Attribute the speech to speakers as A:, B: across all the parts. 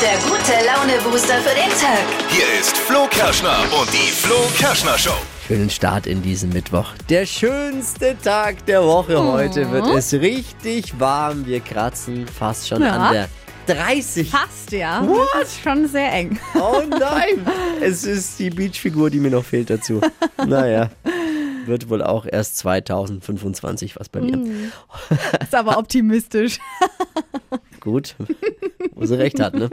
A: der gute Laune-Booster für den Tag.
B: Hier ist Flo Kerschner und die Flo Kerschner Show.
C: Schönen Start in diesen Mittwoch. Der schönste Tag der Woche heute wird es richtig warm. Wir kratzen fast schon
D: Ja.
C: an der 30.
D: Passt ja.
C: What?
D: Das ist schon sehr eng.
C: Oh nein! es ist die Beachfigur, die mir noch fehlt dazu. Naja. Wird wohl auch erst 2025 was bei mir.
D: Ist aber optimistisch.
C: Gut, wo sie recht hat, ne?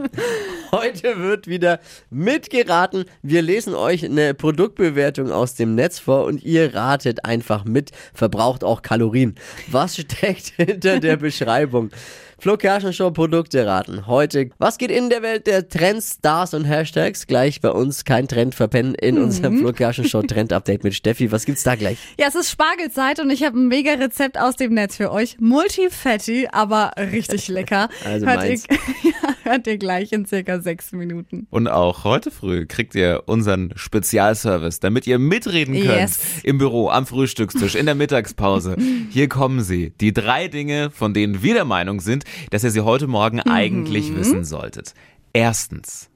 C: Heute wird wieder mitgeraten. Wir lesen euch eine Produktbewertung aus dem Netz vor und ihr ratet einfach mit, verbraucht auch Kalorien. Was steckt hinter der Beschreibung? Flo Kerschner Show Produkte raten. Heute, was geht in der Welt der Trends, Stars und Hashtags? Gleich bei uns kein Trend verpennen in unserem Flo Kerschner Show Trend Update mit Steffi. Was gibt's da gleich?
D: Ja, es ist Spargelzeit und ich habe ein mega Rezept aus dem Netz für euch. Multifetti, aber richtig lecker.
C: Also
D: hört, ihr,
C: meins.
D: ja, hört ihr gleich in circa sechs Minuten.
E: Und auch heute früh kriegt ihr unseren Spezialservice, damit ihr mitreden könnt
D: Yes.
E: im Büro, am Frühstückstisch, in der Mittagspause. Hier kommen sie, die drei Dinge, von denen wir der Meinung sind, dass ihr sie heute Morgen eigentlich wissen solltet. Erstens,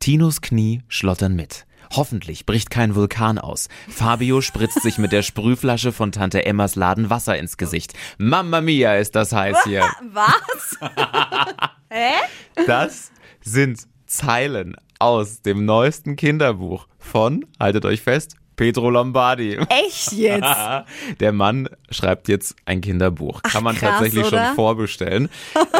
E: Tinos Knie schlottern mit. Hoffentlich bricht kein Vulkan aus. Fabio spritzt sich mit der Sprühflasche von Tante Emmas Laden Wasser ins Gesicht. Mamma mia, ist das heiß hier.
D: Was?
E: Das sind Zeilen aus dem neuesten Kinderbuch von, haltet euch fest, Pedro Lombardi.
D: Echt jetzt?
E: Der Mann schreibt jetzt ein Kinderbuch. Kann man
D: krass,
E: tatsächlich
D: oder?
E: schon vorbestellen.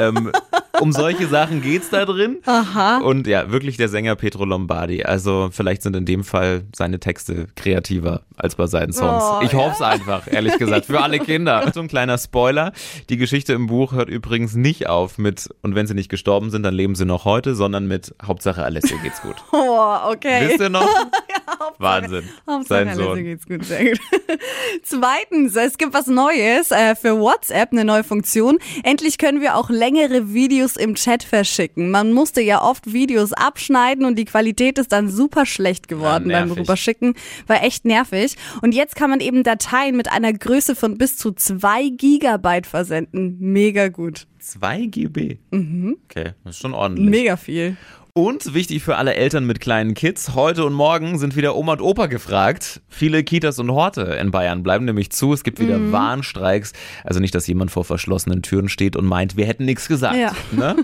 E: ähm, um solche Sachen geht's da drin. Aha. Und ja, wirklich der Sänger Pedro Lombardi. Also vielleicht sind in dem Fall seine Texte kreativer als bei seinen Songs.
D: Oh,
E: ich hoff's einfach, ehrlich gesagt, für alle Kinder. So ein kleiner Spoiler. Die Geschichte im Buch hört übrigens nicht auf mit, und wenn sie nicht gestorben sind, dann leben sie noch heute, sondern mit Hauptsache Alessio geht's gut.
D: Oh, okay.
E: Wisst ihr noch? Wahnsinn.
D: Hauptsache,
E: Sein
D: Alice
E: Sohn.
D: geht's gut, sehr gut. Zweitens, es gibt was Neues äh, für WhatsApp, eine neue Funktion. Endlich können wir auch längere Videos im Chat verschicken. Man musste ja oft Videos abschneiden und die Qualität ist dann super schlecht geworden beim
E: nervig.
D: Rüberschicken. War echt nervig. Und jetzt kann man eben Dateien mit einer Größe von bis zu zwei Gigabyte versenden. Mega gut.
E: 2 GB.
D: Mhm.
E: Okay, das ist schon ordentlich.
D: Mega viel.
E: Und wichtig für alle Eltern mit kleinen Kids, heute und morgen sind wieder Oma und Opa gefragt. Viele Kitas und Horte in Bayern bleiben nämlich zu. Es gibt
D: Mhm.
E: wieder Warnstreiks. Also nicht, dass jemand vor verschlossenen Türen steht und meint, wir hätten nichts gesagt.
D: Ja.
E: Ne?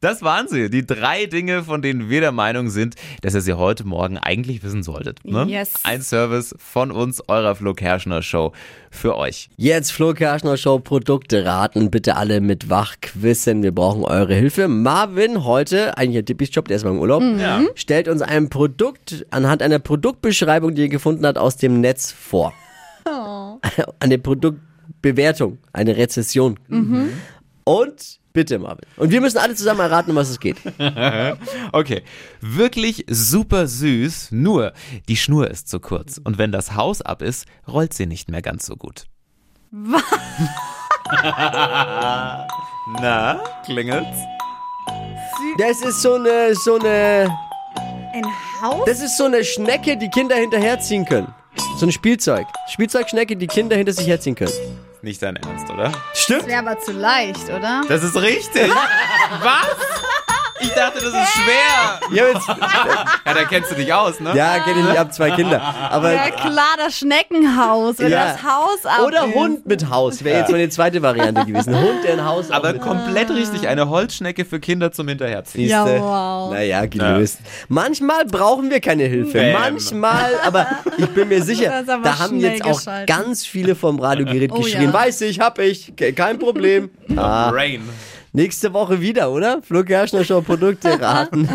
E: Das waren sie, die drei Dinge, von denen wir der Meinung sind, dass ihr sie heute Morgen eigentlich wissen solltet. Ne?
D: Yes.
E: Ein Service von uns, eurer Flo Kerschner Show, für euch.
C: Jetzt Flo Kerschner Show Produkte raten. Bitte alle mit Wachquissen. Wir brauchen eure Hilfe. Marvin heute, eigentlich ein Dippis Job, der ist mal im Urlaub,
E: Ja.
C: stellt uns ein Produkt anhand einer Produktbeschreibung, die er gefunden hat, aus dem Netz vor. Eine Produktbewertung, eine Rezession. Und bitte, Marvin. Und wir müssen alle zusammen erraten, um was es geht.
E: Okay, wirklich super süß, nur die Schnur ist zu kurz und wenn das Haus ab ist, rollt sie nicht mehr ganz so gut. Na, klingelt's?
C: Das ist so eine, so eine,
D: Ein Haus?
C: das ist so eine Schnecke, die Kinder hinterherziehen können. So ein Spielzeug. Spielzeugschnecke, die Kinder hinter sich herziehen können.
E: Nicht dein Ernst, oder?
C: Stimmt.
D: Wäre aber zu leicht, oder?
E: Das ist richtig. Was? Ich dachte, das ist schwer.
C: Ja, jetzt,
E: Ja, da kennst du dich aus, ne?
C: Ja, kenne ich nicht. ab zwei Kinder. Aber
D: Ja klar, das Schneckenhaus, wenn
C: Ja.
D: das Haus ab
C: oder
D: ist.
C: Hund mit Haus wäre jetzt meine zweite Variante gewesen. Hund, der ein Haus
E: Aber
C: auch mit
E: komplett richtig, eine Holzschnecke für Kinder zum Hinterherziehen.
C: Siehste?
D: Ja, wow.
C: Naja, gelöst. genau. Manchmal brauchen wir keine Hilfe.
E: Bäm.
C: Manchmal, aber ich bin mir sicher,
D: Das ist aber
C: da haben
D: schnell
C: jetzt auch
D: geschaltet.
C: ganz viele vom Radiogerät
D: Oh
C: geschrien.
D: ja.
C: Weiß ich, hab ich, ke- kein Problem. Ah,
E: Brain.
C: nächste Woche wieder, oder? Flo Kerschner Show Produkte raten.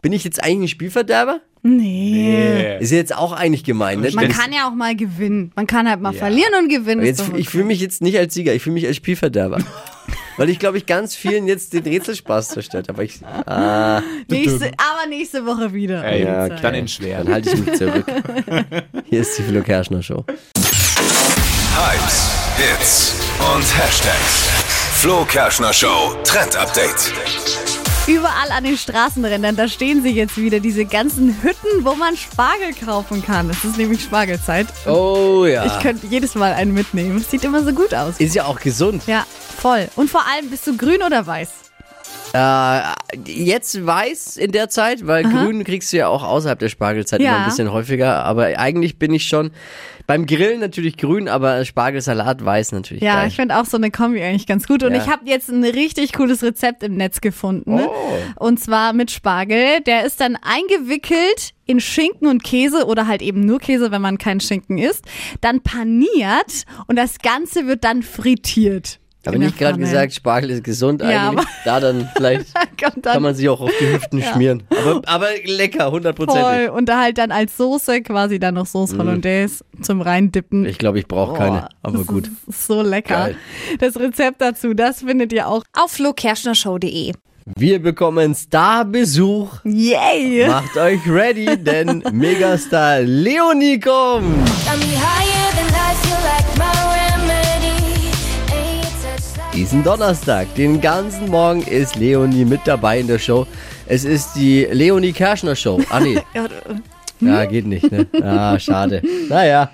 C: bin ich jetzt eigentlich ein Spielverderber?
D: Nee.
C: Ist jetzt auch eigentlich gemein, ne?
D: Man
C: Das-
D: kann ja auch mal gewinnen. Man kann halt mal verlieren und gewinnen. ist
C: Jetzt,
D: doch
C: ich fühle mich jetzt nicht als Sieger, ich fühle mich als Spielverderber. Weil ich, glaube ich, ganz vielen jetzt den Rätselspaß zerstört habe. Ich, ah,
D: nächste, aber nächste Woche wieder.
E: Ey,
C: Ja, okay.
E: dann in schwer.
C: dann halt halte ich mich zurück. Hier ist die Flo Kerschner Show.
B: Hypes, Hits und Hashtags. Flo Kerschner Show Trend Update.
D: Überall an den Straßenrändern, da stehen sie jetzt wieder, diese ganzen Hütten, wo man Spargel kaufen kann. Es ist nämlich Spargelzeit.
C: Oh ja.
D: Ich könnte jedes Mal einen mitnehmen. Es sieht immer so gut aus.
C: ist ja auch gesund.
D: Ja, voll. Und vor allem, bist du grün oder weiß?
C: Äh, jetzt weiß in der Zeit, weil grün kriegst du ja auch außerhalb der Spargelzeit
D: Ja.
C: immer ein bisschen häufiger. Aber eigentlich bin ich schon beim Grillen natürlich grün, aber Spargelsalat weiß natürlich.
D: Ja,
C: geil.
D: ich finde auch so eine Kombi eigentlich ganz gut. Und
C: Ja.
D: ich habe jetzt ein richtig cooles Rezept im Netz gefunden.
C: Oh.
D: Und zwar mit Spargel. Der ist dann eingewickelt in Schinken und Käse oder halt eben nur Käse, wenn man keinen Schinken isst. Dann paniert und das Ganze wird dann frittiert.
C: aber
D: In der
C: nicht gerade
D: Pfanne.
C: gesagt, Spargel ist gesund
D: genau, Ja,
C: eigentlich.
D: aber-
C: Da dann vielleicht
D: Kommt
C: kann
D: dann
C: man sich auch auf die Hüften schmieren. Aber, aber lecker, hundertprozentig.
D: voll und da halt dann als Soße quasi dann noch
C: Mm.
D: Soße Hollandaise zum reindippen.
C: Ich glaube, ich brauche keine, aber
D: das
C: gut.
D: Ist so lecker.
C: Geil.
D: Das Rezept dazu, das findet ihr auch auf flokerschnershow.de.
C: Wir bekommen Starbesuch.
D: Yay!
C: Macht euch ready, denn Megastar Leonie kommt.
F: Got me higher than life, you're like my remedy. And your touch like
C: Diesen Donnerstag, den ganzen Morgen ist Leonie mit dabei in der Show. Es ist die Leonie Kerschner Show. Ah nee, ja, geht nicht, ne? Ah, schade. Naja,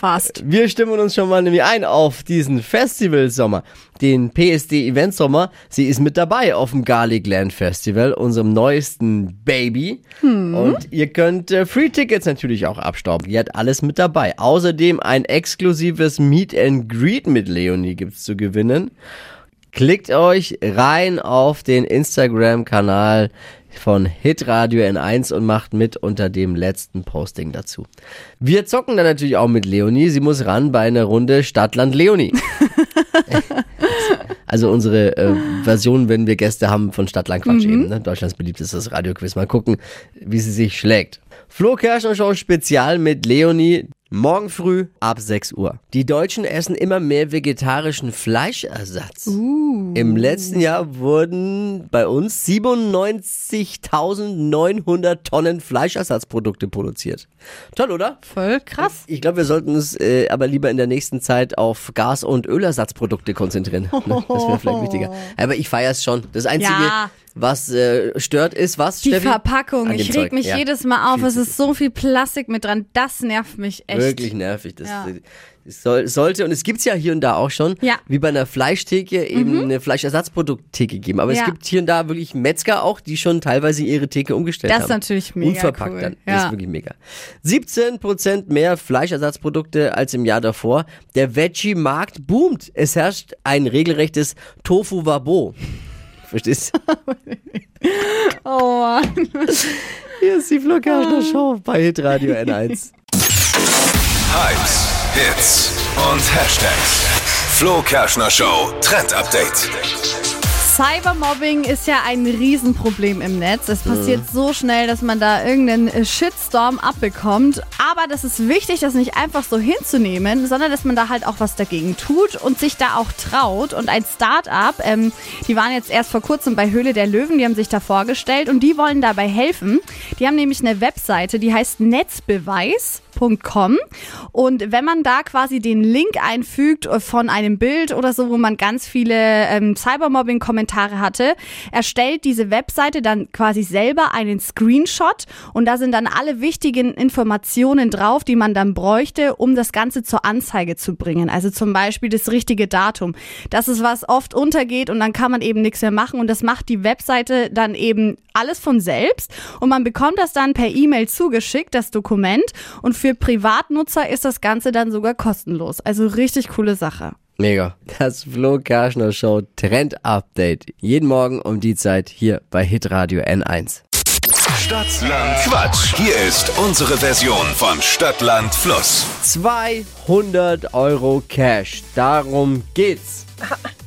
D: Fast.
C: wir stimmen uns schon mal nämlich ein auf diesen Festivalsommer, den PSD Eventsommer. Sie ist mit dabei auf dem Garlic Land Festival, unserem neuesten Baby. Und ihr könnt äh, Free Tickets natürlich auch abstauben. Die hat alles mit dabei. Außerdem ein exklusives Meet and Greet mit Leonie gibt's zu gewinnen. Klickt euch rein auf den Instagram-Kanal von Hitradio N1 und macht mit unter dem letzten Posting dazu. Wir zocken dann natürlich auch mit Leonie. Sie muss ran bei einer Runde Stadtland Leonie. also unsere äh, Version, wenn wir Gäste haben von Stadtland Quatsch eben. Ne? Deutschlands beliebtestes Radioquiz. Mal gucken, wie sie sich schlägt. Flo Kerschner Show Spezial mit Leonie. Morgen früh ab 6 Uhr. Die Deutschen essen immer mehr vegetarischen Fleischersatz. Im letzten Jahr wurden bei uns 97.900 Tonnen Fleischersatzprodukte produziert. Toll, oder?
D: Voll krass.
C: Ich glaube, wir sollten uns äh, aber lieber in der nächsten Zeit auf Gas- und Ölersatzprodukte konzentrieren. Ne? Das wäre vielleicht wichtiger. Aber ich feiere es schon. Das Einzige,
D: Ja.
C: was äh, stört, ist was,
D: Die
C: Steffi?
D: Verpackung,
C: An
D: ich
C: dem
D: reg
C: Zeug,
D: mich
C: ja.
D: jedes Mal auf.
C: Viel
D: Es
C: zu
D: ist so viel Plastik mit dran. Das nervt mich echt.
C: Wirklich nervig. Das
D: Ja.
C: das soll, sollte, und es gibt's ja hier und da auch schon,
D: Ja. Mhm.
C: wie bei einer Fleischtheke eben eine Fleischersatzprodukttheke geben. Aber
D: Ja.
C: es gibt hier und da wirklich Metzger auch, die schon teilweise ihre Theke umgestellt
D: Das
C: haben.
D: ist natürlich mega
C: Unverpackt
D: cool.
C: dann. Das
D: Ja.
C: ist wirklich mega. 17% mehr Fleischersatzprodukte als im Jahr davor. Der Veggie-Markt boomt. Es herrscht ein regelrechtes Tofu-Wabo. Verstehst du?
D: Oh Mann.
C: Hier ist die Flo
D: halt
C: Kerschner Show bei Hitradio N1.
B: Hypes, Hits und Hashtags. Flo Kerschner Show Trend Update.
D: Cybermobbing ist ja ein Riesenproblem im Netz. Es passiert
C: Hm.
D: so schnell, dass man da irgendeinen äh, Shitstorm abbekommt. Aber das ist wichtig, das nicht einfach so hinzunehmen, sondern dass man da halt auch was dagegen tut und sich da auch traut. Und ein Start-up, ähm, die waren jetzt erst vor kurzem bei Höhle der Löwen, die haben sich da vorgestellt und die wollen dabei helfen. Die haben nämlich eine Webseite, die heißt Netzbeweis. Com. Und wenn man da quasi den Link einfügt von einem Bild oder so, wo man ganz viele ähm, Cybermobbing-Kommentare hatte, erstellt diese Webseite dann quasi selber einen Screenshot und da sind dann alle wichtigen Informationen drauf, die man dann bräuchte, um das Ganze zur Anzeige zu bringen. Also zum Beispiel das richtige Datum. Das ist was oft untergeht und dann kann man eben nichts mehr machen und das macht die Webseite dann eben alles von selbst und man bekommt das dann per E-Mail zugeschickt, das Dokument und für Privatnutzer ist das Ganze dann sogar kostenlos. Also richtig coole Sache.
C: Mega. Das Flo Kerschner Show Trend Update. Jeden Morgen um die Zeit hier bei Hitradio N1.
B: Stadtland Quatsch. Hier ist unsere Version von Stadtland Fluss.
C: 200 Euro Cash. Darum geht's.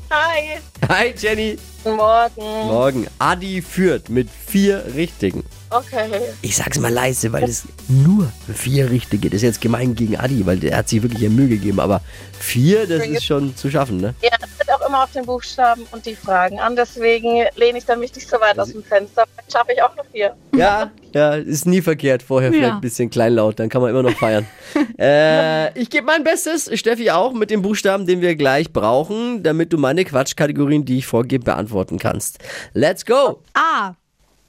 G: Hi,
C: Hi Jenny.
G: guten Morgen.
C: Morgen. Adi führt mit vier Richtigen.
G: Okay.
C: Ich sag's mal leise, weil es nur vier Richtige. Das ist jetzt gemein gegen Adi, weil der hat sich wirklich hier Mühe gegeben. Aber vier, das ist schon zu schaffen, ne?
G: Ja, es wird auch immer auf den Buchstaben und die Fragen an. Deswegen lehne ich dann mich nicht so weit aus dem Fenster. Vielleicht schaffe ich auch noch vier.
C: Ja, ja, ist nie verkehrt. Vorher vielleicht ein bisschen kleinlaut, dann kann man immer noch feiern. äh, ich gebe mein Bestes, Steffi auch, mit dem Buchstaben, den wir gleich brauchen, damit du meine Quatschkategorien, die ich vorgebe, beantworten kannst. Let's go!
D: A,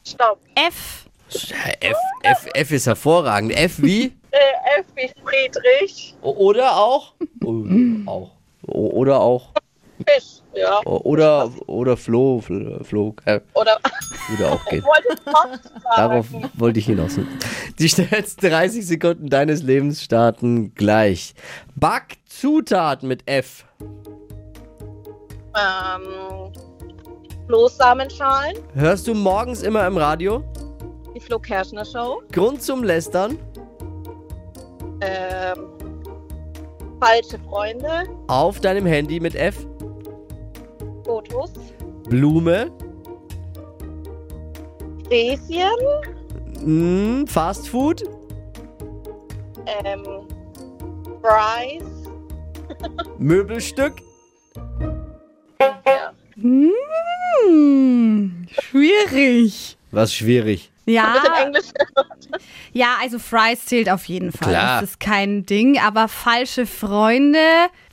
G: Stopp.
D: F,
C: Äh, F, F, F ist hervorragend. F wie?
G: Äh, F wie Friedrich.
C: O- Oder auch? O- auch. O- Oder auch.
G: Fisch, ja.
C: O- Oder, oder Flo, Fl- Flo, äh,
G: Oder
C: würde auch gehen.
G: wollte ich Post sagen.
C: Darauf wollte ich hinaus. Die schnellsten 30 Sekunden deines Lebens starten gleich. Backzutat mit F.
G: Ähm, Bloßsamenschalen,
C: Hörst du morgens immer im Radio?
G: die Flo Kerschner Show,
C: Grund zum Lästern?
G: ähm, falsche Freunde,
C: Auf deinem Handy mit F.
G: Fotos,
C: Blume.
G: Fräschen,
C: Mm, Fast Food.
G: ähm, Fries,
C: Möbelstück.
G: ja.
D: Hm, schwierig.
C: Was schwierig.
G: Mit dem
D: Ja,
G: Englisch
D: ja, also Fries zählt auf jeden Fall.
C: Klar.
D: Das ist kein Ding, aber falsche Freunde.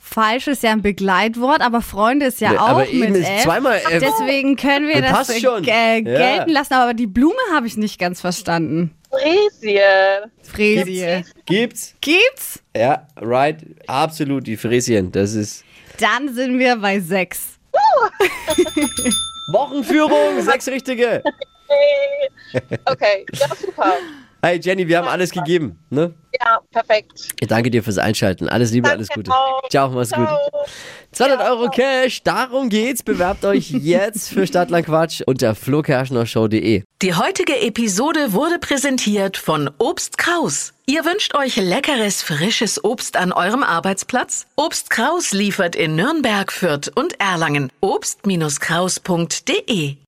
D: Falsch ist ja ein Begleitwort, aber Freunde ist ja
C: Nee,
D: auch
C: aber eben
D: mit
C: ist
D: F.
C: zweimal F.
D: Deswegen können wir
C: Das
D: das,
C: passt
D: äh,
C: schon.
D: Äh,
C: Ja.
D: gelten lassen, aber die Blume habe ich nicht ganz verstanden.
G: Fräschen.
D: Fräsie.
C: Gibt's?
D: Gibt's?
C: Ja, right. Absolut, die Fräschen. Das ist
D: Dann sind wir bei sechs.
C: Wochenführung. sechs richtige.
G: Hey. Okay, ja, super.
C: Hey Jenny, wir haben alles gegeben. Ne?
G: Ja, perfekt.
C: Ich danke dir fürs Einschalten. Alles Liebe,
G: Danke
C: alles Gute.
G: auch.
C: Ciao, mach's gut.
G: Ciao.
C: 200 Euro Cash, darum geht's. Bewerbt euch jetzt für Stadtlandquatsch unter flokerschnershow.de.
H: Die heutige Episode wurde präsentiert von Obst Kraus. Ihr wünscht euch leckeres, frisches Obst an eurem Arbeitsplatz? Obst Kraus liefert in Nürnberg, Fürth und Erlangen. Obst-Kraus.de